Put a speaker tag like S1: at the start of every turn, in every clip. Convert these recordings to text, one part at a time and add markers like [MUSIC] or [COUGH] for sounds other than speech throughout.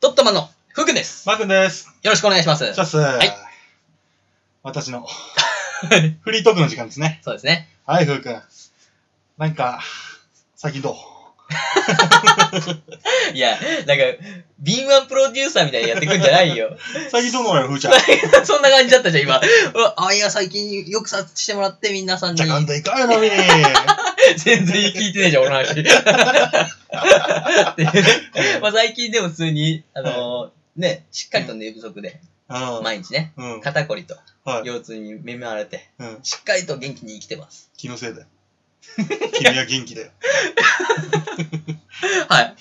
S1: トマンのふうくんです。
S2: マー君です。
S1: よろしくお願いします。
S2: シャス。
S1: い
S2: 私
S1: [LAUGHS]
S2: のフリートークの時間ですね。
S1: そうですね。
S2: はい、ふうくん。なんか、最近どう
S1: いや、なんか、敏腕プロデューサーみたいにやってくんじゃないよ。 [LAUGHS]
S2: 最近どうなのよ、ふーちゃん。
S1: そんな感じだったじゃん、今。うわあ、いや、最近よくさしてもらって、皆さん
S2: じ
S1: に
S2: ゃ。かんといかんや
S1: [LAUGHS]
S2: のみに。
S1: 全然聞いてないじゃん、俺の話。でまあ最近でも普通に、あのね、しっかりと寝不足で、
S2: う
S1: 毎日ね、
S2: ん。うん。
S1: 肩こりと
S2: はい。
S1: 腰痛に見舞われて、
S2: うん。
S1: しっかりと元気に生きてます。
S2: 気のせいだよ。君は元
S1: [LAUGHS]
S2: 気だよ。
S1: はい。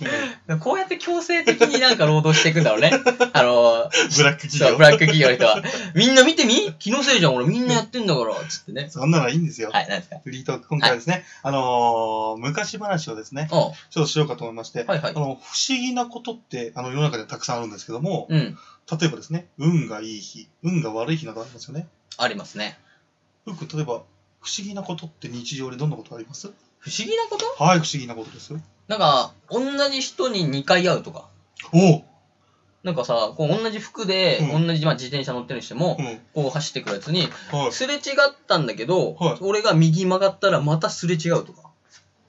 S2: うん
S1: こうやって強制的になんか労働していくんだろうね。あの
S2: ブラック企
S1: そう、
S2: 業
S1: ブ。ラック企業の人は。みんな見てみ気のせいじゃん、俺みんなやってんだから、つってね。
S2: そんなのはいいんですよ。
S1: はい、なんですか。
S2: フリートーク、今回はですね、あのー、昔話をですね、
S1: おう
S2: ちょっとしようかと思いまして、
S1: はいはい
S2: あ。の、不思議なことって、あの、世の中ではたくさんあるんですけども、
S1: うん、
S2: 例えばですね、運がいい日、運が悪い日などありますよね。
S1: ありますね。
S2: よく例えば、不思議なことって日常でどんなことあります
S1: 不思議なこと
S2: はい、不思議なことですよ。
S1: なんか、同じ人に2回会うとか。
S2: おう
S1: なんかさ、こう同じ服で、
S2: うん
S1: 同じ、まあ、自転車乗ってるにしても
S2: う、ん。
S1: こう走ってくるやつに、
S2: はい。
S1: すれ違ったんだけど、
S2: はい
S1: 俺が右曲がったらまたすれ違うとか。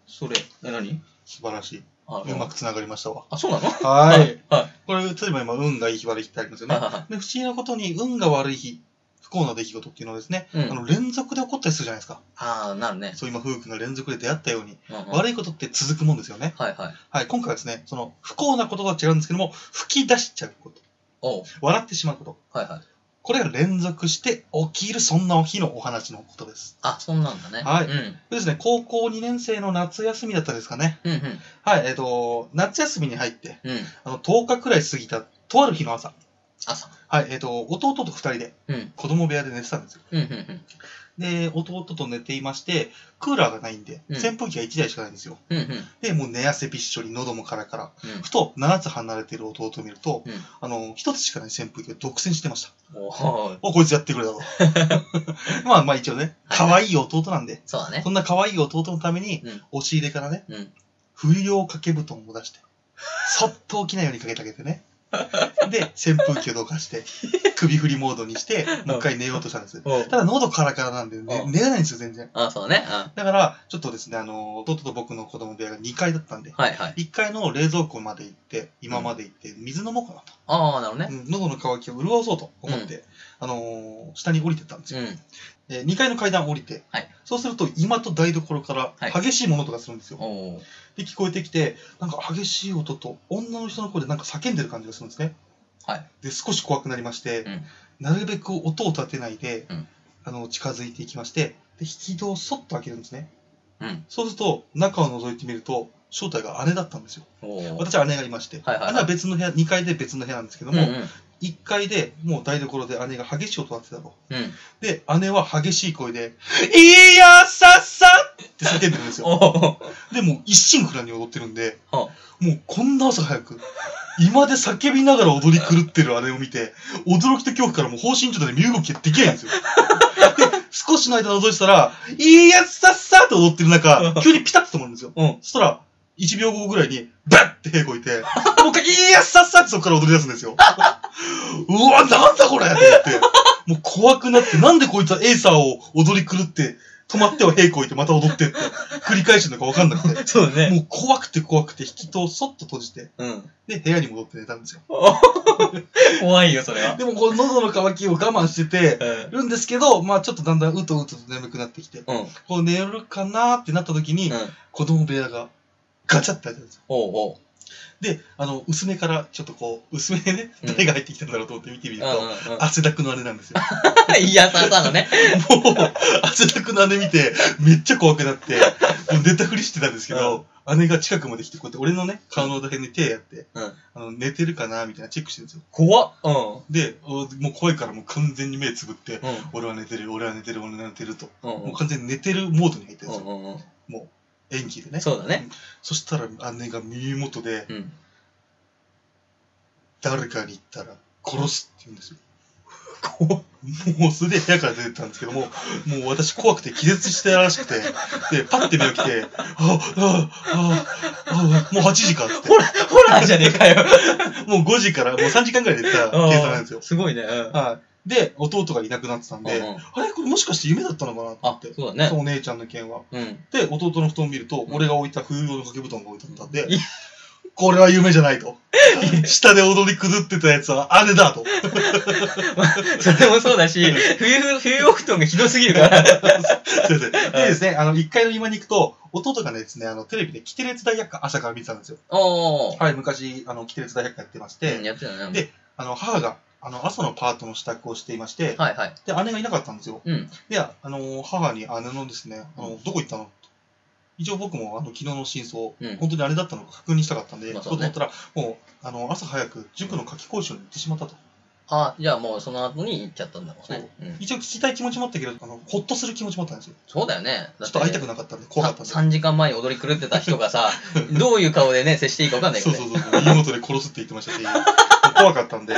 S1: それ、え、何
S2: 素晴らしい。
S1: あ
S2: うまくつながりましたわ。
S1: あ、そうなの
S2: は。
S1: はいは
S2: これ、例えば今、運がいい日、悪い日ってありますよ
S1: い。はい
S2: ね。
S1: は
S2: で、不思議なことに、運が悪い日、不幸な出来事っていうのはですね、
S1: いはい。う
S2: あ
S1: ん。
S2: の、連続で起こったりするじゃないですか。
S1: ああ、なるね。
S2: そう、今、夫婦が連続で出会ったように、
S1: うんうんはい
S2: 悪いことって続くもんですよね。
S1: はい。はい
S2: はい、今回はですね、その、不幸なこととは違うんですけども、吹き出しちゃうこと。
S1: おう
S2: 笑ってしまうこと。
S1: はいはい。
S2: これが連続して起きる、そんな日のお話のことです。
S1: あ、そんなんだね。
S2: はい
S1: うん。うん
S2: そうですね、高校2年生の夏休みだったですかね。
S1: うん。
S2: はい、えっ、と、夏休みに入って、
S1: うん。
S2: あの、10日くらい過ぎた、とある日の朝。
S1: 朝。
S2: はい、えっ、と、弟と2人で
S1: うん。
S2: 子供部屋で寝てたんですよ。
S1: うんうんうん。
S2: で、弟と寝ていまして、クーラーがないんで、
S1: うん
S2: 扇風機が1台しかないんですよ。
S1: うんうんうん
S2: で、もう寝汗びっしょり、喉もカラカラ。ふと、7つ離れている弟を見ると、
S1: うん
S2: あの、1つしかない扇風機を独占してました。
S1: おー
S2: お、こいつやってく
S1: [LAUGHS]
S2: れだろ。まあまあ一応ね、可愛い弟なんで、
S1: そうだね
S2: そ。んな可愛い弟のために、
S1: うん
S2: 押し入れからね、
S1: うん
S2: 不良掛け布団
S1: [LAUGHS]
S2: を出して、そっと起きないようにかけてあげてね。で、扇風機をどか
S1: [LAUGHS]
S2: して、首振りモードにして、もう一回寝ようとしたんです。
S1: おう
S2: ただ喉カラカラなんで、ね
S1: う、ん
S2: 寝れないんですよ、全然。
S1: あ、そうだね。うん。
S2: だから、ちょっとですね、あの、弟と僕の子供部屋が2階だったんで、
S1: はいはい。
S2: 1階の冷蔵庫まで行って、今まで行って、水飲もうかなと。
S1: ああ、なるほど
S2: う
S1: ね。
S2: ん喉の渇きを潤そうと思って、あのー下に降りてったんですよ。
S1: うん。
S2: で2階の階段降りて、
S1: はい
S2: そうすると今と台所から
S1: は
S2: 激しいものとかするんですよ。
S1: おー
S2: で聞こえてきてなんか激しい音と女の人の声でなんか叫んでる感じがするんですね
S1: はい。
S2: で少し怖くなりまして、
S1: うん
S2: なるべく音を立てないで、
S1: うん
S2: あの近づいていきましてで引き戸をそっと開けるんですね
S1: うん。
S2: そうすると中を覗いてみると正体が姉だったんですよ
S1: おー
S2: 私は姉がいまして、
S1: はいはいはい
S2: 姉は別の部屋2階で別の部屋なんですけど
S1: うんう
S2: も、
S1: ん。
S2: 1階でもう台所で姉が激しい音を立てたと
S1: うん。
S2: で姉は激しい声で「いやさっさ!」って叫んでるんですよ
S1: おー
S2: でもう一心不乱に踊ってるんで、
S1: は
S2: もうこんな朝早く、今で叫びながら踊り狂ってるあれを見て、驚きと恐怖からもう放心状態で身動きができないん [LAUGHS] ですよ。で、少しの間覗いてたら、いやさっさって踊ってる中、急にピタッと止まるんですよ。
S1: うん。
S2: そしたら、1秒後ぐらいに、バッって屁こいて、もう一回、いやさっさってそこから踊り出すんですよ。 [LAUGHS] うわ、なんだこれって言って、もう怖くなって、なんでこいつはエイサーを踊り狂って、止まっては屁こいて、また踊ってって、繰り返してるのかわかんなくて。
S1: そうだね。
S2: もう怖くて怖くて引き戸をそっと閉じて、
S1: うん。
S2: で、部屋に戻って寝たんですよ。
S1: 怖いよ、それは。
S2: でも、この喉の渇きを我慢してて、
S1: う
S2: るんですけど、まあちょっとだんだんうとうとと眠くなってきて、
S1: ん。うん。
S2: こう寝るかなーってなった時に、子供部屋がガチャって開いたんですよ。
S1: おうおう。
S2: で、あの、薄めから、ちょっとこう、薄めでね、
S1: うん
S2: 誰が入ってきたんだろうと思って見てみ
S1: うん
S2: る
S1: う
S2: と、
S1: ん
S2: 汗だくの姉なんですよ。
S1: うん。いや、ささのね。
S2: もう、汗だくの姉見て、めっちゃ怖くなって、もう寝たふりしてたんですけど、姉が近くまで来て、こうやって俺のね、顔の辺に手やって、
S1: うん
S2: あの寝てるかなみたいなチェックしてるんですよ。
S1: 怖っ。う
S2: で、おもう怖いからもう完全に目つぶって、
S1: ん。
S2: 俺は寝てる、俺は寝てる、俺は寝てると、
S1: うん。うん
S2: もう完全に寝てるモードに入って
S1: う
S2: るんです
S1: ん
S2: よ。
S1: うんうん。
S2: 演技でね。
S1: そうだね。
S2: そしたら姉が耳元で、
S1: うん。
S2: 誰かに言ったら殺すって言うんですよ。こうもうすでに部屋から出てたんですけども、もう私怖くて気絶してたらしくて、で、パッて目を来て、あ、あ、あ、あ、もう8時かっつって、
S1: ホラー、ホラーじゃねえかよ。
S2: もう5時から、もう3時間ぐらいでた計算なんですよ。
S1: すごいね。うん
S2: はい。で、弟がいなくなってたんで、
S1: うんうん
S2: あれこれもしかして夢だったのかなと思っ
S1: あ
S2: て、。
S1: そうだ
S2: そう
S1: ね。
S2: お姉ちゃんの件は。
S1: うん。 [LAUGHS]
S2: で、弟の布団を見ると、
S1: うん
S2: 俺が置いた冬用の掛け布団が置いてあったんで
S1: いや、
S2: これは夢じゃな
S1: [LAUGHS]
S2: いと。下で踊り狂ってたやつはあれだと。
S1: それもそうだし、冬、冬オフトンがひどすぎる [LAUGHS]
S2: [LAUGHS]
S1: から。
S2: 先生でですね、あの、1階の今に行くと、弟がねですね、あの、テレビで、キテレツ大百科朝から見てたんですよ。
S1: おー。
S2: はい、昔、あの、キテレツ大百科やってまして、
S1: うんやってたね。
S2: であの、母が、あの、朝のパートの支度をしていまして、
S1: はいはい。
S2: で、姉がいなかったんですよ。
S1: うん。
S2: で、あの、母に姉のですね、あの、どこ行ったのと一応僕もあの昨日の真相、
S1: うん
S2: 本当にあれだったのか確認したかったんで、
S1: まあ
S2: そ
S1: そう
S2: うと思
S1: ね
S2: ったら、もうあの朝早く塾の夏期講習に行ってしまったと。
S1: あ、じゃあもうその後に行っちゃったんだもんね。うん
S2: 一応聞きたい気持ちもあったけど、あのほっとする気持ちもあったんですよ。
S1: そうだよね。
S2: ちょっと会いたく
S1: な
S2: なかったんで、怖かったんで。
S1: 3時間前に踊り狂ってた人が
S2: [LAUGHS]
S1: さ、どういう顔でね、接していいか分かんないけ
S2: そう
S1: ど
S2: そ
S1: ね。
S2: うそう、家元で殺すって言ってましたし、も [LAUGHS] う怖かったんで。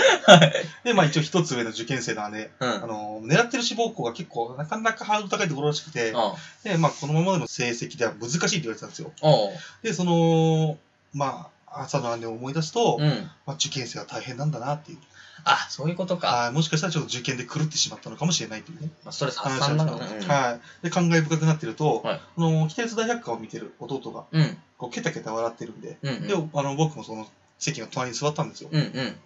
S2: で、まあ一応一つ上の受験生の姉、
S1: うん。
S2: あの、狙ってる志望校が結構なかなかハードル高いところらしくて、
S1: あ
S2: で、まあこのままでの成績では難しいって言われてたんですよ。
S1: おう。
S2: で、その、まあ、朝の姉を思い出すと、
S1: うん。
S2: まあ、受験生は大変なんだなっていう。
S1: あ、そういうことか。
S2: あーもしかしたらちょっと受験で狂ってしまったのかもしれないっていうね。
S1: まあストレス発
S2: 話
S1: 散
S2: な
S1: なんん
S2: で
S1: だ
S2: す
S1: ね。
S2: けどはい。で、感慨深くなってると、
S1: はい
S2: あの、北鉄大百科を見てる弟が、
S1: うん。うん。
S2: こう、ケタケタ笑ってるんで、
S1: うん。
S2: で、あの、僕もその席の隣に座ったんですよ。
S1: うんうん。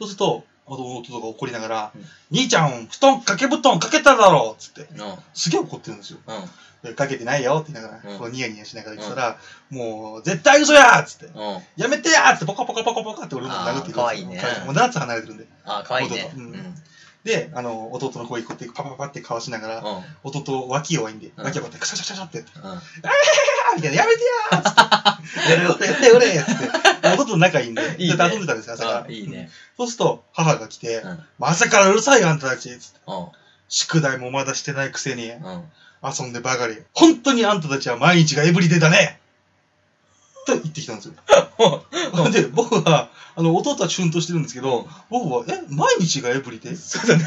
S2: そうすると、弟が怒りながら、
S1: うん
S2: 兄ちゃん、布団、掛け布団かけただろうつって、
S1: うん。
S2: すげえ怒ってるんですよ。
S1: うん。
S2: でかけてないよって言いながら、
S1: うん
S2: こうニヤニヤしながら言ってたら、もう、絶対嘘やつって、
S1: うん。
S2: やめてやつって、ポカポカポカポカって俺のこと殴ってく
S1: あー
S2: るんですよ
S1: 可愛いね
S2: もう7つ離れてるんで。
S1: あ、可愛いね。
S2: 弟
S1: うん。
S2: とうん
S1: うん。
S2: で、あの、弟の声聞こえて、パパパパってかわしながら、弟、脇弱いんで、
S1: うん
S2: 脇弱って、カシャカシャカシャってやって、
S1: うん
S2: あーみたいな、やめてやーっつって、やれよ、やれよ、やれよ、つって、弟と仲いいんで、
S1: いいね
S2: だって遊んでたんですよ、朝か
S1: あ
S2: ら。
S1: いいね。
S2: そうすると、母が来て
S1: う、ん。
S2: まあ朝からうるさいよ、あんたたち、つって
S1: う
S2: 宿題もまだしてないくせに、
S1: ん。うん。
S2: 遊んでばかり、本当にあんたたちは毎日がエブリデイだねと言ってきた
S1: [LAUGHS]
S2: んですよ。で、僕は、あの、弟はシュンとしてるんですけど、僕は、え、毎日がエブリデイ
S1: そうだね。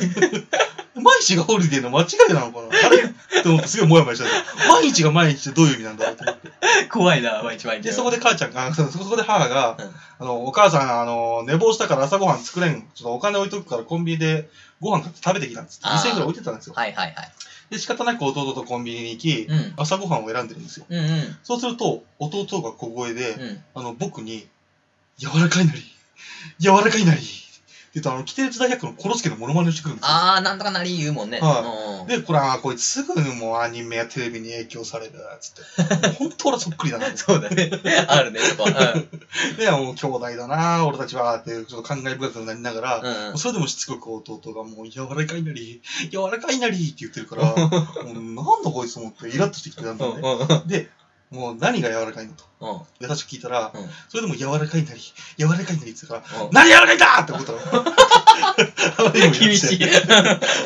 S2: [LAUGHS] 毎日がホリデーの間違いなのかなあれって思ってすごいモヤモヤしたんですよ毎日が毎日ってどういう意味なんだろうと思って。
S1: 怖いな、毎日毎日。
S2: で、そこで母ちゃんが、あそそこで母が
S1: うん、
S2: あの、お母さん、あの、寝坊したから朝ごはん作れん。ちょっとお金置いとくからコンビニでご飯買って食べてきたんですって。
S1: あー
S2: 2000円ぐらい置いてたんですよ。
S1: はいはいはい。
S2: で、仕方なく弟とコンビニに行き、
S1: うん。
S2: 朝ごはんを選んでるんですよ。
S1: うんうん。
S2: そうすると、弟が小声で、
S1: うん。
S2: あの、僕に、柔らかいなり、柔らかいなり、って言うと、あの、規定列大百科のコロスケのモノマネをしてくるんですよ。
S1: あー、なんとかなり言うもんね。
S2: は
S1: は
S2: で、これ、あーこいつすぐにもうアニメやテレビに影響されるな、つ
S1: [LAUGHS]
S2: って。本当俺そっくりだな。で、
S1: そうだね。 [LAUGHS] あるね、そこは。うん
S2: もう兄弟だな、俺たちは、っていう、ちょっと感慨深くなりながら、
S1: うんうん。
S2: それでもしつこく弟がもう柔らかいなり、柔らかいなりって言ってるから、
S1: [LAUGHS]
S2: もうなんだこいつと思ってイラッとしてきてたんだ
S1: うん
S2: ね。で、もう何が柔らかいのと。
S1: うんうん。
S2: 優しく聞いたら、
S1: うん
S2: それでも柔らかいなり、柔らかいなりって言ってたから、
S1: うん
S2: 何柔らかいんだって思ったの。あまりにも
S1: [LAUGHS]
S2: イラッ
S1: 厳
S2: として
S1: しい。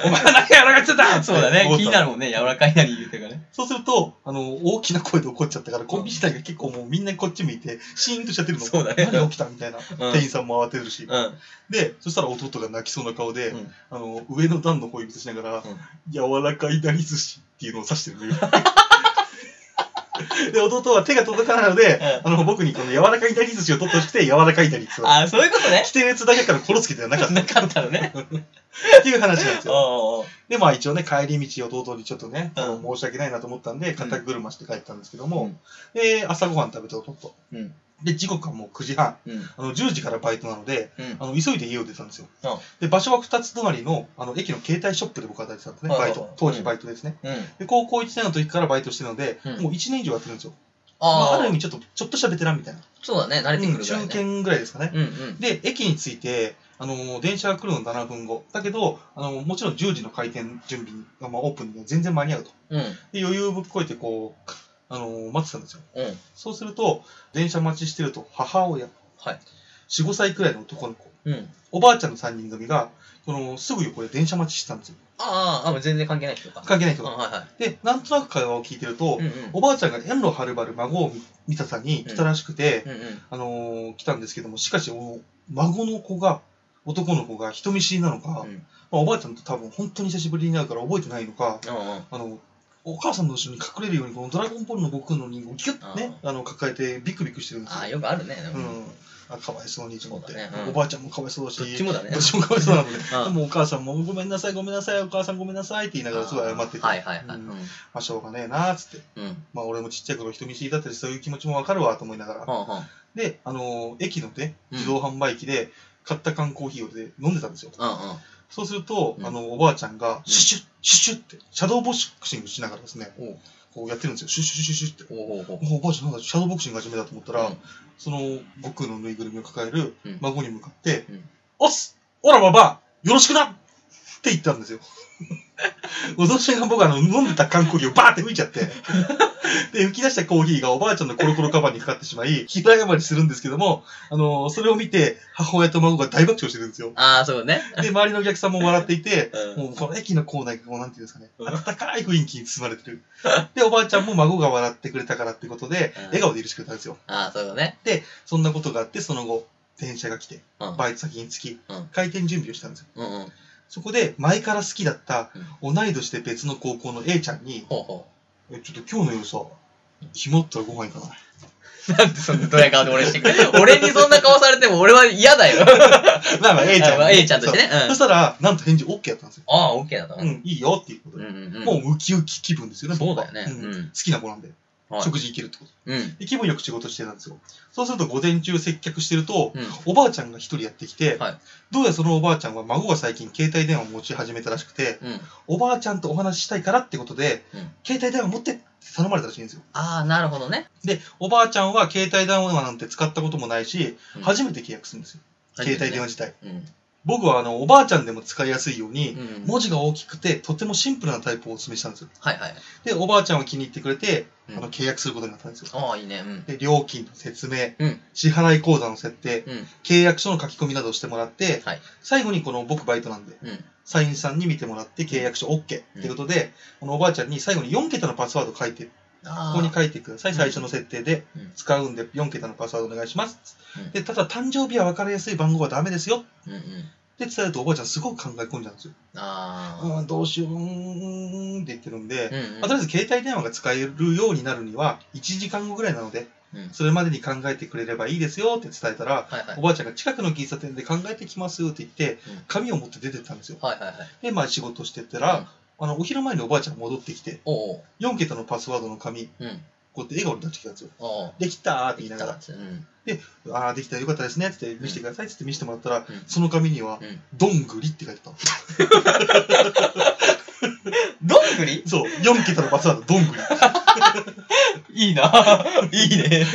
S2: お前は何柔らかいって言ったんだ
S1: そうだね
S2: 思。った
S1: 気になるもんね。柔らかいなり言うてからね。
S2: そうすると、あの、大きな声で怒っちゃったから、コンビニ自体が結構もうみんなこっち向いて、シーンとしちゃってるの。
S1: そうだね。
S2: 何が起きたみたいな。
S1: うん
S2: 店員さんも慌てるし。
S1: うん。
S2: で、そしたら弟が泣きそうな顔で、
S1: うん
S2: あの、上の段の方指さしながら、
S1: ん
S2: 柔らかいなり寿司っていうのを指してるのよ。 [LAUGHS] で、弟は手が届かないので、あの、僕にこの柔らかいなり寿司を取ってほしくて、柔らかいなりって言った。
S1: あー、そういうことね。
S2: 規定列だけから殺すけではなかった
S1: なかったのね。
S2: っていう話なんです
S1: おう
S2: よ。
S1: おう
S2: で、まあ一応ね、帰り道弟にちょっとね、あの
S1: うん
S2: 申し訳ないなと思ったんで、肩車して帰ったんですけども、
S1: うん
S2: で、朝ごはん食べて弟。
S1: うん。
S2: で、時刻はもう9時半。
S1: うん。
S2: あの、10時からバイトなので、
S1: うん。
S2: あの、急いで家を出たんですよ
S1: うん。
S2: で、場所は2つ隣の、あの、駅の携帯ショップで僕は働いてたんですね、
S1: はい
S2: バ
S1: はい
S2: イ
S1: はい
S2: ト。当時バイトですね。
S1: うん。
S2: で、高校1年の時からバイトしてるので、
S1: うん
S2: もう1年以上やってるんですよ。まあ、あ
S1: あ
S2: る意
S1: ー
S2: 味ちょっと、ちょっとしたベテランみたいな。
S1: そうだね。慣れてくるぐら
S2: 中
S1: いね。
S2: 堅ぐらいですかね。
S1: うんうん。
S2: で、駅に着いて、あのー電車が来るの7分後。だけど、あのーもちろん10時の開店準備に、まあ、オープンには全然間に合うと。
S1: うん。
S2: で、余裕ぶっこいて、こう、あのー待ってたんですよ。
S1: うん。
S2: そうすると、電車待ちしてると、母親、
S1: はい。
S2: 4、5歳くらいの男の子、
S1: うん。
S2: おばあちゃんの3人組が、この、すぐ横で電車待ちしてたんですよ。
S1: あーあ、もう全然関係ない人か。
S2: 関係ない人
S1: あ
S2: が。
S1: はいは
S2: で、なんとなく会話を聞いてる
S1: い。、
S2: と
S1: うんうん。
S2: おばあちゃんが遠路はるばる孫を見見たさに来たらしくて、
S1: うんうん。
S2: あのー来たんですけども、しかし、お孫の子が、男の子が人見知りなのか、
S1: うん
S2: まあ、おばあちゃんと多分本当に久しぶりに会うから覚えてないのか、
S1: うん
S2: あの、お母さんの後ろに隠れるように、このドラゴンボールの悟空のリンゴをギュッとね、あの、抱えてビクビクしてるんです
S1: ああ、
S2: よ。
S1: よくあるね。
S2: うん。あ、かわいそうにと思って、
S1: そうだねうん
S2: おばあちゃんもかわいそうだし、
S1: どっちもだね
S2: どっ。ちもかわいそうなので、
S1: う
S2: で
S1: ん
S2: もお母さんもごめんなさい、ごめんなさい、お母さんごめんなさいって言いながらすごい謝ってて、
S1: はいはいはい。
S2: う
S1: うんん。
S2: まあ、しょうがねえなーっつって、
S1: うん。
S2: まあ、俺もちっちゃい頃人見知りだったり、そういう気持ちもわかるわと思いながら、
S1: はんはん
S2: で、あのー駅のね、
S1: うん
S2: 自動販売機で、買った缶コーヒーをで飲んでたんですよ。
S1: うんうん。
S2: そうすると、
S1: うん
S2: あの、おばあちゃんが、
S1: ん
S2: シュシュッ、シュシュッって、シャドーボクシングしながらですね、
S1: おう
S2: こうやってるんですよ。シュシュシュシュシュって。
S1: おうおうおう
S2: おばあちゃんなんだ、シャドーボクシング始めたと思ったら、
S1: うん
S2: その、悟空のぬいぐるみを抱える
S1: うん
S2: 孫に向かって、
S1: うん
S2: おっすおらばばあよろしくなって言ったんですよ。 [LAUGHS] おどしが僕あの、飲んでた缶コーヒーをバーって吹いち
S1: [LAUGHS]
S2: ゃって、で、吹き出したコーヒーがおばあちゃんのコロコロカバーにかかってしまい、膝謝りするんですけども、あの、それを見て、母親と孫が大爆笑してるんですよ。
S1: ああ、そうね。
S2: で、周りのお客さんも笑っていて、
S1: うん
S2: もうこの駅の構内がこう、なんていうんですかね、
S1: うん
S2: 温かい雰囲気に包まれてる。で、おばあちゃんも孫が笑ってくれたからってことで
S1: うん、
S2: 笑顔で許してくれたんですよ。
S1: ああ、そうね。
S2: そんなことがあって、その後、電車が来て、
S1: うん。
S2: バイト先に着き
S1: うん、
S2: 開店準備をしたんですよ。
S1: うんうん。
S2: そこで、前から好きだった、同い年で別の高校の A ちゃんに、
S1: ほうほ。
S2: え、ちょっと今日の夜さ、暇あったらご飯行かないう [LAUGHS]
S1: なんでそんなドヤ顔で俺してくる俺にそんな顔されても俺は嫌 [LAUGHS] だよ。
S2: まあまあ A ちゃん、
S1: あまあ A ちゃんとしてね
S2: そう
S1: うん
S2: そしたら、なんと返事 OK だったんですよ。
S1: ああ、オッケーだと
S2: うん、いいよっていうこと
S1: う
S2: で。
S1: んうん。
S2: もうウキウキ気分ですよね、
S1: そう
S2: 僕は
S1: だよね。
S2: うん
S1: うん。
S2: 好きな子なんで、
S1: はい
S2: 食事行けるってこと。
S1: うん。
S2: で気分よく仕事してたんですよ。そうすると午前中接客してると、
S1: うん。
S2: おばあちゃんが一人やってきて、
S1: はい
S2: どうやらそのおばあちゃんは孫が最近携帯電話を持ち始めたらしくて、
S1: うん。
S2: おばあちゃんとお話ししたいからってことで、
S1: うん
S2: 携帯電話持ってって頼まれたらしいんですよ。
S1: ああ、なるほどね。
S2: で、おばあちゃんは携帯電話なんて使ったこともないし、
S1: うん
S2: 初めて契約するんですよ。携帯電話自体。
S1: うん。
S2: 僕はあの、おばあちゃんでも使いやすいように、
S1: うん。
S2: 文字が大きくて、とてもシンプルなタイプをお勧めしたんですよ。
S1: はいはい。
S2: で、おばあちゃんは気に入ってくれて、
S1: うん
S2: あの契約することになったんですよ。
S1: ああ、いいね。うん。
S2: で、料金の説明、
S1: うん
S2: 支払い口座の設定、
S1: うん。
S2: 契約書の書き込みなどをしてもらって、
S1: はい
S2: 最後にこの僕バイトなんで、
S1: うん。
S2: 社員さんに見てもらって契約書 OK っていうことで、このおばあちゃんに最後に4桁のパスワード書いて、こ
S1: ああ。
S2: こに書いてください。
S1: うん
S2: 最初の設定で
S1: うん
S2: 使うんで4桁のパスワードお願いします。
S1: うん
S2: で、ただ誕生日は分かりやすい番号はダメですよ。
S1: うんうん。
S2: って伝えるとおばあちゃんすごく考え込んじゃうんですよ。
S1: ああ。
S2: うん、どうしよう、うーんって言ってるんで、
S1: うんうん
S2: まあとりあえず携帯電話が使えるようになるには1時間後ぐらいなので、
S1: うん
S2: それまでに考えてくれればいいですよって伝えたら、
S1: はいはい
S2: お。ばあちゃんが近くの喫茶店で考えてきますって言って
S1: うん、
S2: 紙を持って出てったんですよ。
S1: はいはいはい。
S2: で、まあ仕事してたら、あの、お昼前におばあちゃんが戻ってきて、
S1: おう
S2: 4桁のパスワードの紙、
S1: おう。うん。
S2: こうやって笑顔になってきたんですよ。
S1: おう。
S2: できたーって言いなが
S1: うん。
S2: ら、ああー、できたよかったですねって言って見せてくださいって言って見せてもらったら、
S1: うん
S2: その紙には、
S1: うん
S2: どんぐりって書いてたの。
S1: どんぐり
S2: そう、4桁のパスワード、ど
S1: [LAUGHS]
S2: んぐり。
S1: いいな。 [LAUGHS] いいね。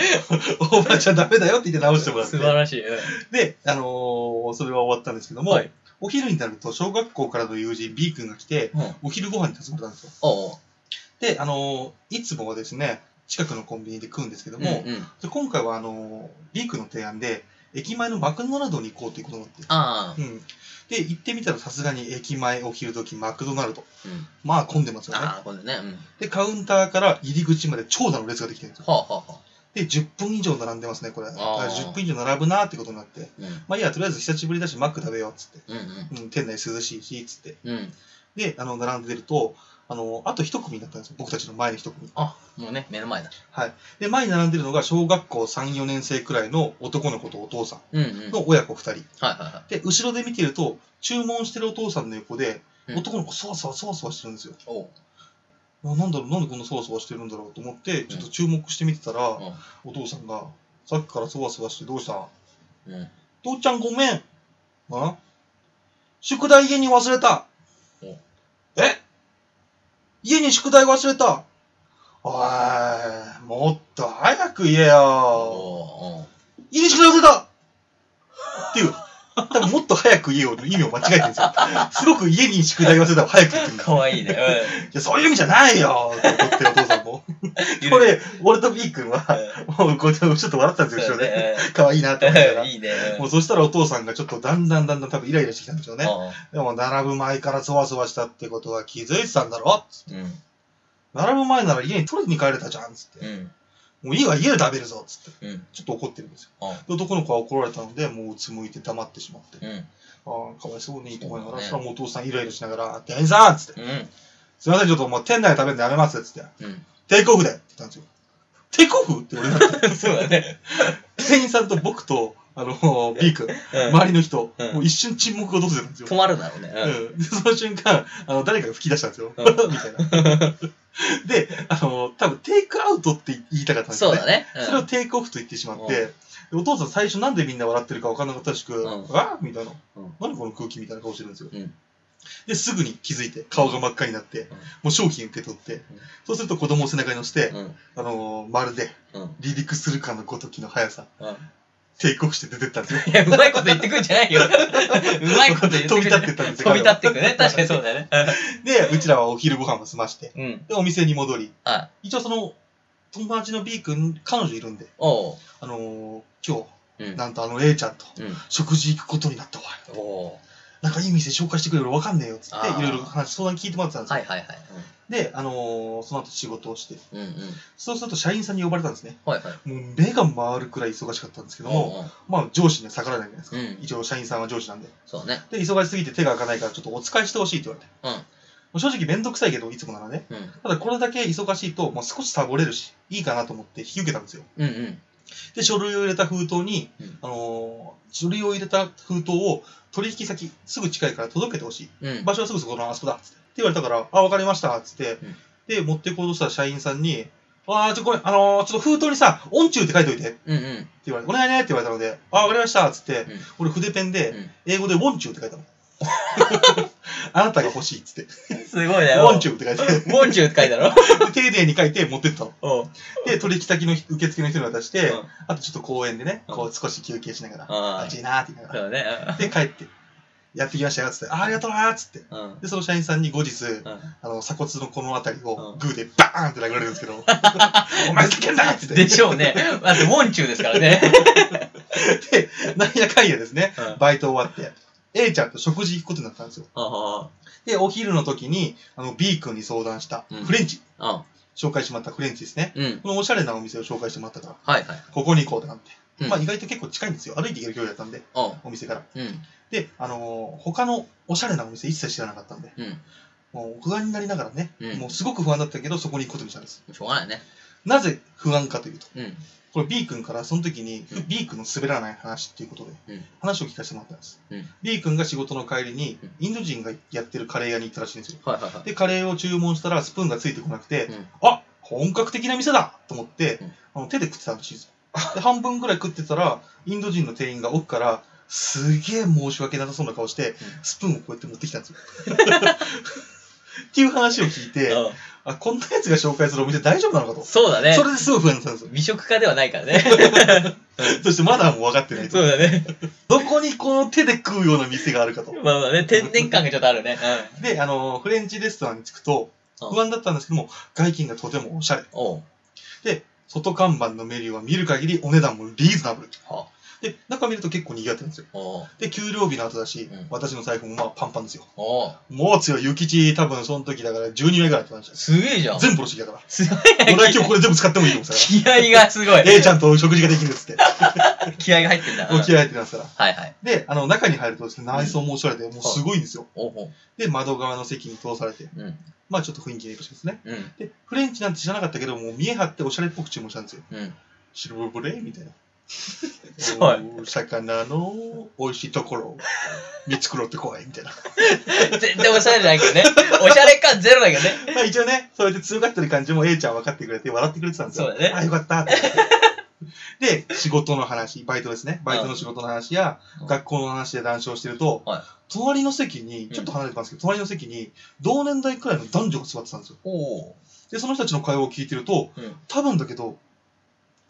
S2: おばあちゃんダメだよって言って直してもら
S1: [LAUGHS]
S2: っ
S1: 素
S2: て。
S1: 晴らしい。うん
S2: で、あのーそれは終わったんですけども、
S1: はい
S2: お昼になると小学校からの友人 B 君が来て、
S1: うん。
S2: お昼ご飯に集まったんですよ。
S1: おうおう。
S2: で、あのーいつもはですね、近くのコンビニで食うんですけど
S1: も
S2: も、
S1: うん。
S2: で今回はあのー、リークの提案で、駅前のマクドナルドに行こうということになって。
S1: ああ。
S2: うん。で、行ってみたらさすがに駅前お昼時マクドナルド。
S1: うん。
S2: まあ混んでますよね。
S1: ああ、今度ね。うん。
S2: で、カウンターから入り口まで長蛇の列ができてるんですよ。
S1: はあはあはあ。
S2: で、10分以上並んでますね、これ。だから10分以上並ぶなってことになって。
S1: うん。
S2: まあいいや、とりあえず久しぶりだしマック食べようっつって。
S1: うんうん。
S2: うん、店内涼しいし、つって。
S1: うん。
S2: で、あの、並んでると、あの、あと一組になったんですよ。僕たちの前の一組。
S1: あ、もうね、目の前だ。
S2: で、前に並んでるのが小学校3、4年生くらいの男の子とお父さ
S1: うんうん。
S2: ん
S1: はい
S2: の親子二人。
S1: はいはい。
S2: で、後ろで見てると、注文してるお父さんの横で、
S1: うん
S2: 男の子そわそわそわそわしてるんですよ。
S1: おう。
S2: あなんだろう、なんでこんなそわそわしてるんだろうと思って、ちょっと注目して見てたら、
S1: ん
S2: お父さんが、さっきからそわそわしてどうした
S1: うん。
S2: 父ちゃんごめん。あ宿題家に忘れた
S1: お。
S2: え家に宿題忘れた。おい、もっと早く言えよ。
S1: おう。
S2: 家に宿題忘れたっていう。多分もっと早く言えよの意味を間違えてるんですよ。すごく家に宿題忘れたを早く言ってるんです
S1: かわいいね。
S2: いや、そういう意味じゃないよって怒ってるお父さんも。
S1: [LAUGHS] うん。
S2: これ、俺と B 君は、
S1: う
S2: もうこうちょっと笑ってたん
S1: ん、
S2: ですよ、
S1: そう
S2: 後
S1: だ
S2: ろで。
S1: ね。
S2: 可愛いなって思いながら。
S1: いいね。
S2: もうそしたらお父さんがちょっとだんだんだんだん多分イライラしてきたんでしょうね。でも並ぶ前からそわそわしたってことは気づいてたんだろ
S1: うん。
S2: 並ぶ前なら家に取りに帰れたじゃんっつって。
S1: うん。
S2: もういいわ、家で食べるぞ、つって。
S1: うん。
S2: ちょっと怒ってるんですよ。
S1: あ
S2: で男の子は怒られたので、もううつむいて黙ってしまって。
S1: うん。
S2: ああ、かわいそうに、と思いながら、
S1: そうだね
S2: そしたらもうお父さんイライラしながら、店員さんっつって、
S1: うん。
S2: すいません、ちょっともう店内で食べるのやめますっつって、
S1: うん。
S2: テイクオフでって言ったんですよ。テイクオフって俺が、
S1: そうだね。
S2: 店員さんと僕と、あの、ビー君、
S1: うん。
S2: 周りの人、
S1: うん
S2: もう一瞬沈黙が訪れたんですよ
S1: 止。まるだろうね。うん。
S2: うんで、その瞬間、あの、誰かが吹き出したんですよ。
S1: うん
S2: みたいな。 [LAUGHS] で、あの、多分テイクアウトって言いたかったんです
S1: そ
S2: よ
S1: う
S2: ね。
S1: だね。
S2: それをテイクオフと言ってしまって、でお父さん最初なんでみんな笑ってるか分かんなかったらしく、
S1: うん
S2: あみたいな、
S1: うん
S2: 何この空気みたいな顔してるんですよ。
S1: うん
S2: で、すぐに気づいて、顔が真っ赤になっ
S1: ん
S2: て、もう商品受け取って、そうすると子供を背中に乗せて、
S1: うん。うん。
S2: あのーまるで
S1: うん。
S2: 離陸するかのごときの速さ、
S1: うん
S2: 帝国して出てったんですよ。
S1: いや、うまいこと言ってくんじゃないよ。 [LAUGHS] うまいこと言ってくん
S2: 飛び
S1: じ
S2: 立
S1: ゃ
S2: っ
S1: な
S2: て
S1: い
S2: ったんですよ。
S1: 飛び立ってくね。 [LAUGHS] 確かにそうだよね。
S2: で、うちらはお昼ご飯も済まして、
S1: うん。
S2: で、お店に戻り、
S1: あ、
S2: 一応その、友達の B 君、彼女いるんで、
S1: おう。
S2: あのー今
S1: う
S2: 日、
S1: ん。
S2: なんとあの A ちゃんと
S1: うん。
S2: 食事行くことになったわ。
S1: おう。
S2: なんかいい店紹介してくれるわかんねえよっつって
S1: あー
S2: いろいろ話相談聞いてもらってたんですよ、
S1: はいはいはい。
S2: で、あのーその後仕事をして
S1: うんうんうん。
S2: そうすると社員さんに呼ばれたんですね
S1: はいはい。
S2: もう目が回るくらい忙しかったんですけども、
S1: おう
S2: まあ上司には逆らえないじゃないですか、
S1: おううん。
S2: 一応社員さんは上司なんで
S1: そうだね。
S2: で忙しすぎて手が開かないからちょっとお使いしてほしいって言われて、
S1: うん
S2: もう正直めんどくさいけどいつもならね
S1: うん。
S2: ただこれだけ忙しいと、まあ、少しサボれるしいいかなと思って引き受けたんですよ
S1: うんうん。
S2: で書類を入れた封筒に、
S1: うん
S2: あのー書類を入れた封筒を取引先すぐ近いから届けてほしい
S1: うん。
S2: 場所はすぐそこのあそこだっつってって言われたから、あ、わかりましたっつって、
S1: うん
S2: で、持ってこうとした社員さんに、あー、ちょ、ごめん、あのー、ちょっと封筒にさ、オンチューって書いといてって
S1: うんうん。
S2: 言われて、お願いねって言われたので、あー、わかりましたっつって、
S1: うん
S2: 俺筆ペンで、
S1: うん
S2: 英語でウォンチューって書い
S1: [LAUGHS]
S2: たの。あなたが欲しいっつって、
S1: すごい
S2: ウ
S1: ね。
S2: ォンチ
S1: ュ
S2: ューって書いて、
S1: ウォンチュって書いたろ
S2: 丁寧に書いて持ってったの。
S1: [LAUGHS] おう。
S2: で、取引先の人受付の人に渡して、
S1: うん
S2: あとちょっと公園でね、
S1: うん
S2: こう少し休憩しながら、
S1: あ
S2: あっちいいなーって言いなが
S1: そうね。
S2: ら、で、帰って、やってきましたよっつって、あーありがとうなーっつって、
S1: うん。うん。
S2: で、その社員さんに後
S1: [LAUGHS]
S2: 日、
S1: うん
S2: あの、鎖骨のこの辺り
S1: う
S2: を
S1: ん
S2: グーでバーンって殴られるんです [LAUGHS] けど、お前叫んだっつって。
S1: でしょうね。だって、ウォンチュですから [LAUGHS] ね。
S2: で、なんやかんやですね、
S1: うん
S2: バイト終わって、A ちゃんと食事行くことになったんですよ。
S1: あ
S2: で、お昼の時に、あの、B 君に相談した、
S1: うん
S2: フレンチ、
S1: あ。
S2: 紹介してもらったフレンチですね。
S1: うん。
S2: このおしゃれなお店を紹介してもらったから、
S1: はいはい。
S2: ここに行こうってなって。
S1: うん
S2: まあ意外と結構近いんですよ。歩いて行ける距離だったんで、
S1: おう。
S2: お店から。
S1: うん。
S2: で、あのー他のおしゃれなお店一切知らなかったんで、
S1: うん。
S2: もう不安になりながらね、
S1: うん
S2: もうすごく不安だったけど、そこに行くことにしたんです。
S1: しょうがないね。
S2: なぜ不安かというと、
S1: うん。
S2: これ B 君からその時に
S1: うん
S2: B 君の滑らない話っていうこと
S1: う
S2: で
S1: ん
S2: 話を聞かせてもらったんです、
S1: うん
S2: B 君が仕事の帰りに
S1: うん
S2: インド人がやってるカレー屋に行ったらしいんですよ
S1: はいはいはい。
S2: でカレーを注文したらスプーンがついてこなくて、
S1: うん
S2: あ本格的な店だと思って、
S1: うん
S2: あの手で食ってたらしいんですよで半分ぐらい食ってたらインド人の店員が奥からすげえ申し訳なさそうな顔して、スプーンをこうやって持ってきたんですよっていう話を聞いて、あこんなやつが紹介するお店大丈夫なのかと、
S1: そうだね
S2: そ。れですごい不安になったんですよ
S1: 美食家ではないからね。
S2: [LAUGHS] そしてマナーも分かってないと
S1: そうだね。
S2: どこにこの手で食うような店があるかと。
S1: まあまあね、天然感がちょっとあるね。
S2: で、あの、フレンチレストランに着くと、
S1: うん
S2: 不安だったんですけども、外見がとてもおしゃれ。
S1: おう。
S2: 外看板のメニューは見る限りお値段もリーズナブル。
S1: は
S2: で、中見ると結構賑わってるんですよ。
S1: おう。
S2: で、給料日の後だし、
S1: うん
S2: 私の財布もまあパンパンですよ。
S1: おう。
S2: もう強い、諭吉、多分その時だから12名ぐらいやってましたよ。
S1: すげえじゃん。
S2: 全部ロシだから。
S1: すごい
S2: 俺は今日これ全部使ってもいいと思ってたか
S1: 気合がすごい。
S2: ら。
S1: [LAUGHS]
S2: A ちゃんと食事ができるっつって。
S1: 気合が入ってんだ。
S2: もう気合入ってますから。
S1: はいはい。
S2: で、あの、中に入るとですね、内装もおしゃれで、もうすごいんですよ。
S1: おうおう。
S2: で、窓側の席に通されて、
S1: うん。
S2: まあちょっと雰囲気がいいかもしれないですね。
S1: うん。
S2: で、フレンチなんて知らなかったけど、もう見え張っておしゃれっぽく注文したんですよ。
S1: うん。
S2: シルブレーみたいな。
S1: はい
S2: お魚の美味しいところを見繕ってこい、みたいな。
S1: 全然おしゃれじゃないけど
S2: [LAUGHS]
S1: ね。おしゃれ感ゼロだけどね。
S2: まあ一応ね、そうやって強がってる感じも A ちゃん分かってくれて、笑ってくれてたんですよ。
S1: そうだね
S2: あ、よかったってで、仕事の話、バイトですね。バイトの仕事の話や
S1: う、ん
S2: 学校の話で談笑してると、
S1: はい
S2: 隣の席に、ちょっと離れてますけど、隣の席に同年代くらいの男女が座ってたんですよ。
S1: おう。
S2: で、その人たちの会話を聞いてると、
S1: うん。
S2: 多分だけど、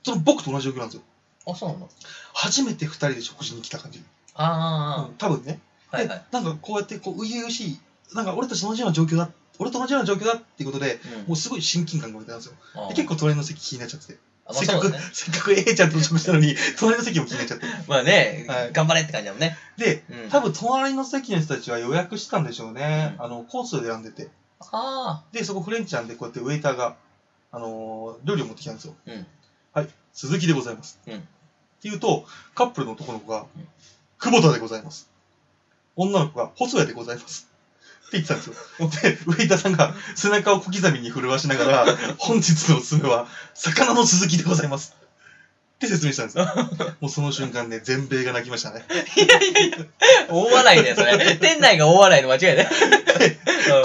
S2: その僕と同じ状況なんですよ。
S1: あ、そうなんだ。
S2: 初めて二人で食事に来た感じ。
S1: あ
S2: うん多分ね。
S1: あ。はいはい。
S2: でなんかこうやってこう、初々しい、なんか俺たちと同じような状況だ、俺と同じような状況だっていうことで、もうすごい親近感が湧いたんですよ。
S1: うん
S2: で結構隣の席気になっちゃってて、 [LAUGHS]
S1: あまあ
S2: せっか
S1: そう
S2: く、
S1: だね
S2: せっかく A ちゃんと食事したのに、隣の席も気になっちゃって。
S1: まあね
S2: はい、
S1: 頑張れって感じだもんね。
S2: で、
S1: うん
S2: 多分隣の席の人たちは予約してたんでしょうね。
S1: うん
S2: あの、コースで選んでて。
S1: ああ。
S2: で、そこフレンチなんで、こうやってウェイターが、あのー料理を持ってきたんですよ。
S1: うん
S2: はい、鈴木でございます。
S1: うん
S2: って言うと、カップルの男の子が
S1: うん、
S2: 久保田でございます。女の子が、細谷でございます。って言ってたんですよ。で、上田さんが背中を小刻みに震わしな
S1: [LAUGHS]
S2: がら、本日のおすすめは、魚の鈴木でございます。って説明したん
S1: [LAUGHS]
S2: ですよ。もうその瞬間ね、全米が泣きましたね。
S1: 大笑いだよ、そ [LAUGHS] れ。店内が大笑いの間違い [LAUGHS] だよ。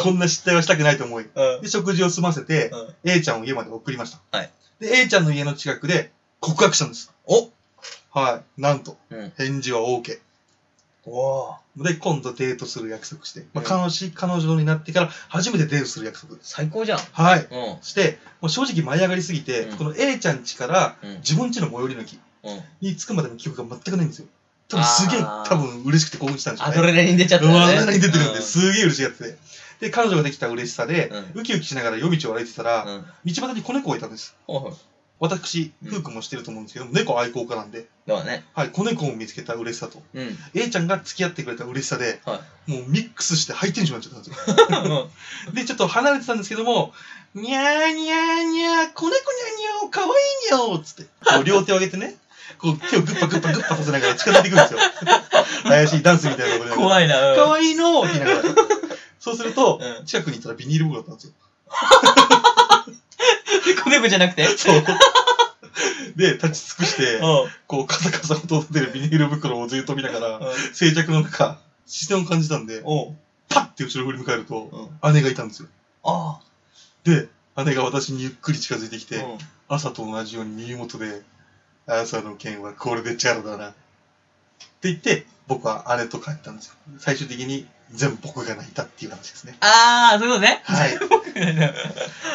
S2: こんな失態はしたくないと思い。
S1: うんうん
S2: で、食事を済ませて、
S1: うん
S2: A ちゃんを家まで送りました。
S1: はい
S2: で、A ちゃんの家の近くで告白したんです。
S1: お
S2: はい。なんと、
S1: うん
S2: 返事は OK。
S1: おー
S2: で、今度デートする約束して、まあ、
S1: うん
S2: 彼女彼女になってから初めてデートする約束です。
S1: 最高じゃん。
S2: はい。
S1: うん。
S2: そして、もう正直舞い上がりすぎて、
S1: うん
S2: この A ちゃん家から
S1: うん。
S2: 自分家の最寄りの駅
S1: うん。
S2: に着くまでの記憶が全くないんですよ。多分すげえ、
S1: あー
S2: 多分嬉しくて興奮したんでしょ
S1: ア
S2: うね。
S1: ドレナリン出ちゃった
S2: う
S1: ね
S2: わー何出てるん
S1: う
S2: で、
S1: ん
S2: すげえ嬉しがってて。で、彼女ができた嬉しさで、ウキウキしながら夜道を歩いてたら、
S1: うん。
S2: 道端に子猫がいたんです。
S1: おい
S2: 私、
S1: うん
S2: フー君もしてると思うんですけど、猫愛好家なんで、
S1: だわね。
S2: はい、子猫を見つけた嬉しさと、
S1: うん。
S2: A ちゃんが付き合ってくれた嬉しさで、
S1: は
S2: もうミックスしてハイテンションになっちゃったんで
S1: うん
S2: すよ。で、ちょっと離れてたんですけども、にゃーにゃーにゃー、子猫にゃーにゃー、かわいいにゃーっつって、こう両手を上げてね、こう手をグッパグッパグッパさせながら近づいてくるんですよ。怪しいダンスみたいなことで。
S1: 怖いな。うん
S2: かわいいのーって言いながら。そうすると、
S1: うん
S2: 近くにいたらビニール袋だったんで
S1: [LAUGHS]
S2: すよ。
S1: 子猫じゃなくて
S2: そう。で、立ち尽くして、
S1: うん
S2: こう、カサカサ音立てるビニール袋をずっと見ながら、
S1: うん
S2: 静寂の中、視線を感じたんで、
S1: おう
S2: パッて後ろ振り向かれると、
S1: うん
S2: 姉がいたんですよ。
S1: あ
S2: で、姉が私にゆっくり近づいてき
S1: あ。
S2: て、朝と同じように耳元で、朝の件はこれでチャラだな。って言って、僕は姉と帰ったんですよ。最終的に全部僕が泣いたっていう話ですね。
S1: ああ、そういうこと [LAUGHS] ね。
S2: [LAUGHS] はい。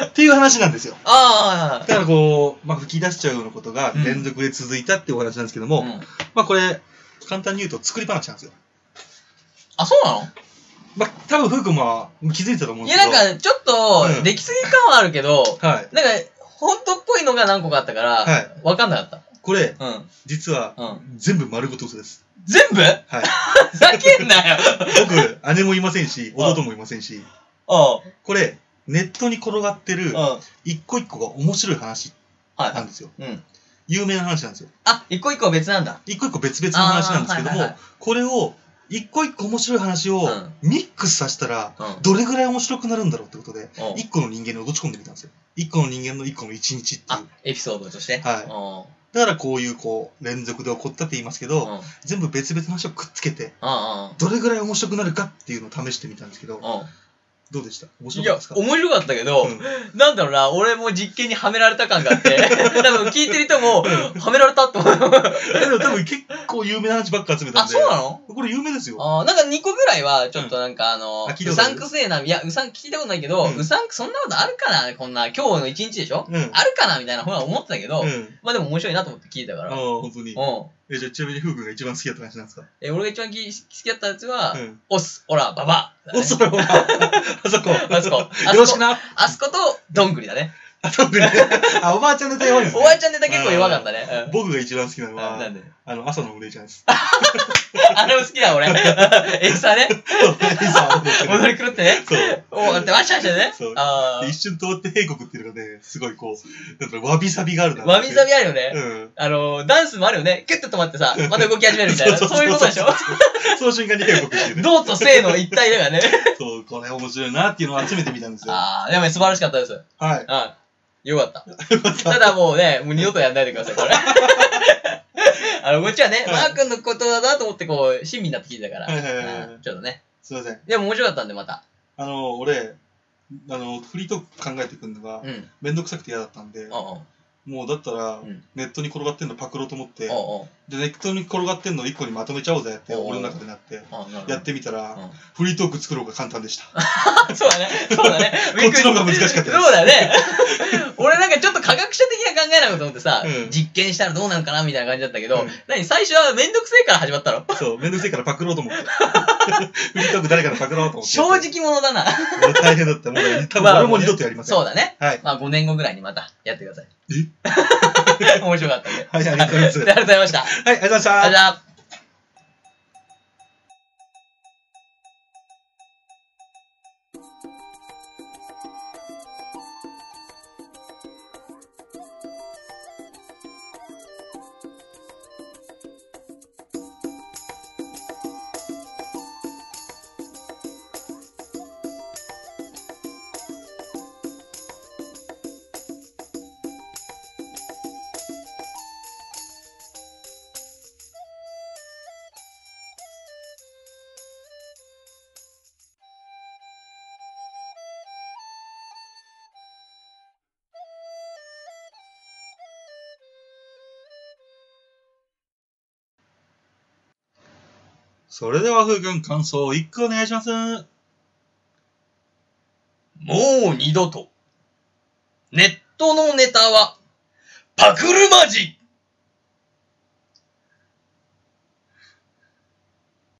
S2: っていう話なんですよ。
S1: あ
S2: だからこう、まあ、吹き出しちゃうようなことが
S1: うん
S2: 連続で続いたっていうお話なんですけど
S1: あ。
S2: も、
S1: うん
S2: まあこれ、簡単に言うと作り話なんですよ。
S1: あ、そうなの
S2: まあ、多分、ふうくんも気づいたと思うん
S1: い
S2: です
S1: や、
S2: け
S1: な
S2: ど。
S1: んか、ちょっ
S2: うん
S1: と、できすぎ感はあるけど、
S2: はい。
S1: なんか、本当っぽいのが何個かあったから、
S2: はい
S1: わかんなかっ
S2: これ、
S1: た。うん。
S2: 実は、
S1: うん。
S2: 全部丸ごと嘘です。
S1: 全部ふ
S2: はい。
S1: ざけんなよ
S2: 僕、姉もいませんし、
S1: あ
S2: 弟もいませんし、
S1: おう
S2: これ、ネットに転がってる
S1: う、ん。
S2: 一個一個が面白い話な
S1: は
S2: んですよ。
S1: い。うん。
S2: 有名な話なんですよ。
S1: あ、一個一個は別なんだ。
S2: 一個一個別々の話なんですけど
S1: あーはいはいは
S2: も
S1: い、
S2: これを、一個一個面白い話を
S1: うん
S2: ミックスさせたら、
S1: うん。
S2: どれぐらい面白くなるんだろうってことで、
S1: おう
S2: 一個の人間に落とし込んでみたんですよ。一個の人間の一個の一日ってい
S1: あ
S2: う。、
S1: エピソードとして。
S2: はい
S1: おう
S2: だからこういうこう、連続で起こったって言いますけど、
S1: うん。うん。
S2: 全部別々の話をくっつけて、
S1: うん。
S2: どれぐらい面白くなるかっていうのを試してみたんですけど、
S1: うん。
S2: どうでした面白
S1: い
S2: か
S1: や
S2: ったです、か
S1: 面白かったけど、
S2: うん
S1: なんだろうな、俺も実験にはめられた感があって、 [LAUGHS] 多分聞いてる人も、はめられたって思う。
S2: でも多分結構有名な話ばっか集めたん
S1: あ、
S2: で。
S1: そうなの
S2: これ有名ですよ。
S1: あーなんか2個ぐらいは、ちょっとなんかあの、
S2: うんあ聞いた
S1: う
S2: ことあ
S1: さ
S2: る
S1: んくせえな、いや、うさん聞いたことないけど、
S2: う
S1: うんさんく、そんなことあるかな、こんな、今日の一日でしょ、
S2: うん。
S1: あるかなみたいなほら思ってたけど、
S2: うん。
S1: まあでも面白いなと思って聞いたか
S2: ああ
S1: ら。うん。
S2: ー、本当に。え、じゃあちなみにふうくんが一番好きだった話なんですか
S1: え、俺が一番き好きだったやつは、
S2: うん。
S1: オス、オラ、ババアだね、
S2: おそらく、
S1: [LAUGHS]
S2: あそこ。
S1: あそこ。あ
S2: [LAUGHS] よろし
S1: そ
S2: く
S1: こ、
S2: な。
S1: あそこと、どんぐりだね。
S2: あ、特
S1: [LAUGHS]
S2: に。あ、おばあちゃんネタ弱いです
S1: おばあ
S2: ね。
S1: ちゃんネタ結構弱かったね。うん
S2: 僕が一番好きなの
S1: あな
S2: は
S1: ん、で
S2: あの、朝のお姉ちゃんです。
S1: あれも好きだ俺。 [LAUGHS] エクサね。
S2: そうエイサーを踊ってる
S1: 踊り狂ってね。
S2: そう。
S1: おうってワシャワシャでね。
S2: そう
S1: あ
S2: で一瞬通って閉国っていうのがね、すごいこう、なんだろうわびさびがあるな
S1: あ。わびさ
S2: び
S1: びあるよね。
S2: うん。
S1: あの、ダンスもあるよね。キュッと止まってさ、また動き始めるみたい
S2: [LAUGHS]
S1: な。そういうことでしょ [LAUGHS]
S2: その瞬間に閉国してる。
S1: 脳と性の一体だからね。
S2: そう、これ面白いなっていうのを集めてみたんですよ。
S1: ああ、でも素晴らしかったです。
S2: はい。
S1: はい。よかった。ただもうね、もう二度とやんないでください、
S2: [LAUGHS]
S1: これ。あの、こっちはね、
S2: はい
S1: マー君のことだなと思って、こう、親身になって聞いてたから。
S2: はいはいはいはい
S1: うんちょっとね。
S2: すいません。
S1: でも面白かったんで、また。
S2: あの、俺、あの、フリートーク考えてくるのが
S1: う、ん。うん
S2: めんどくさくて嫌だったんで、
S1: うん。
S2: もうだった
S1: う
S2: ら
S1: ん、
S2: ネットに転がってんのパクろうと思って、
S1: うんうん
S2: で、ネットに転がってんの一個にまとめちゃおうぜって、
S1: おう
S2: 俺の中でなって、
S1: あなるほど
S2: やってみた
S1: う
S2: ら、
S1: ん [LAUGHS]
S2: フリートーク作ろうが簡単でした。
S1: そうだね。そうだね。
S2: [LAUGHS] こっちの方が難しかったです
S1: そうだね。 [LAUGHS] 俺なんかちょっと科学者的な考えなのかと思ってさ、
S2: うん
S1: 実験したらどうなのかなみたいな感じだったけど、
S2: うん
S1: 何最初はめんどくせえから始まったの
S2: そう、めんどくせえからパクろうと思って。 [LAUGHS] フリートーク誰かのパクろうと思って。
S1: 正直者だな。
S2: 俺大変だった。
S1: [LAUGHS]
S2: もう多分
S1: まあ
S2: 俺も二度とやりません。
S1: そうだね。
S2: はい。
S1: まあ5年後ぐらいにまたやってください。 [LAUGHS] 面白かったんで。
S2: はい、ありがと
S1: [LAUGHS]
S2: うございます。
S1: でありがとうございました。
S2: はい、ありがとうございまし
S1: あ
S2: た
S1: りがとうございま。した。
S2: それでは、ふうくん、感想を1個お願いします。
S1: もう二度と、ネットのネタは、パクるまじ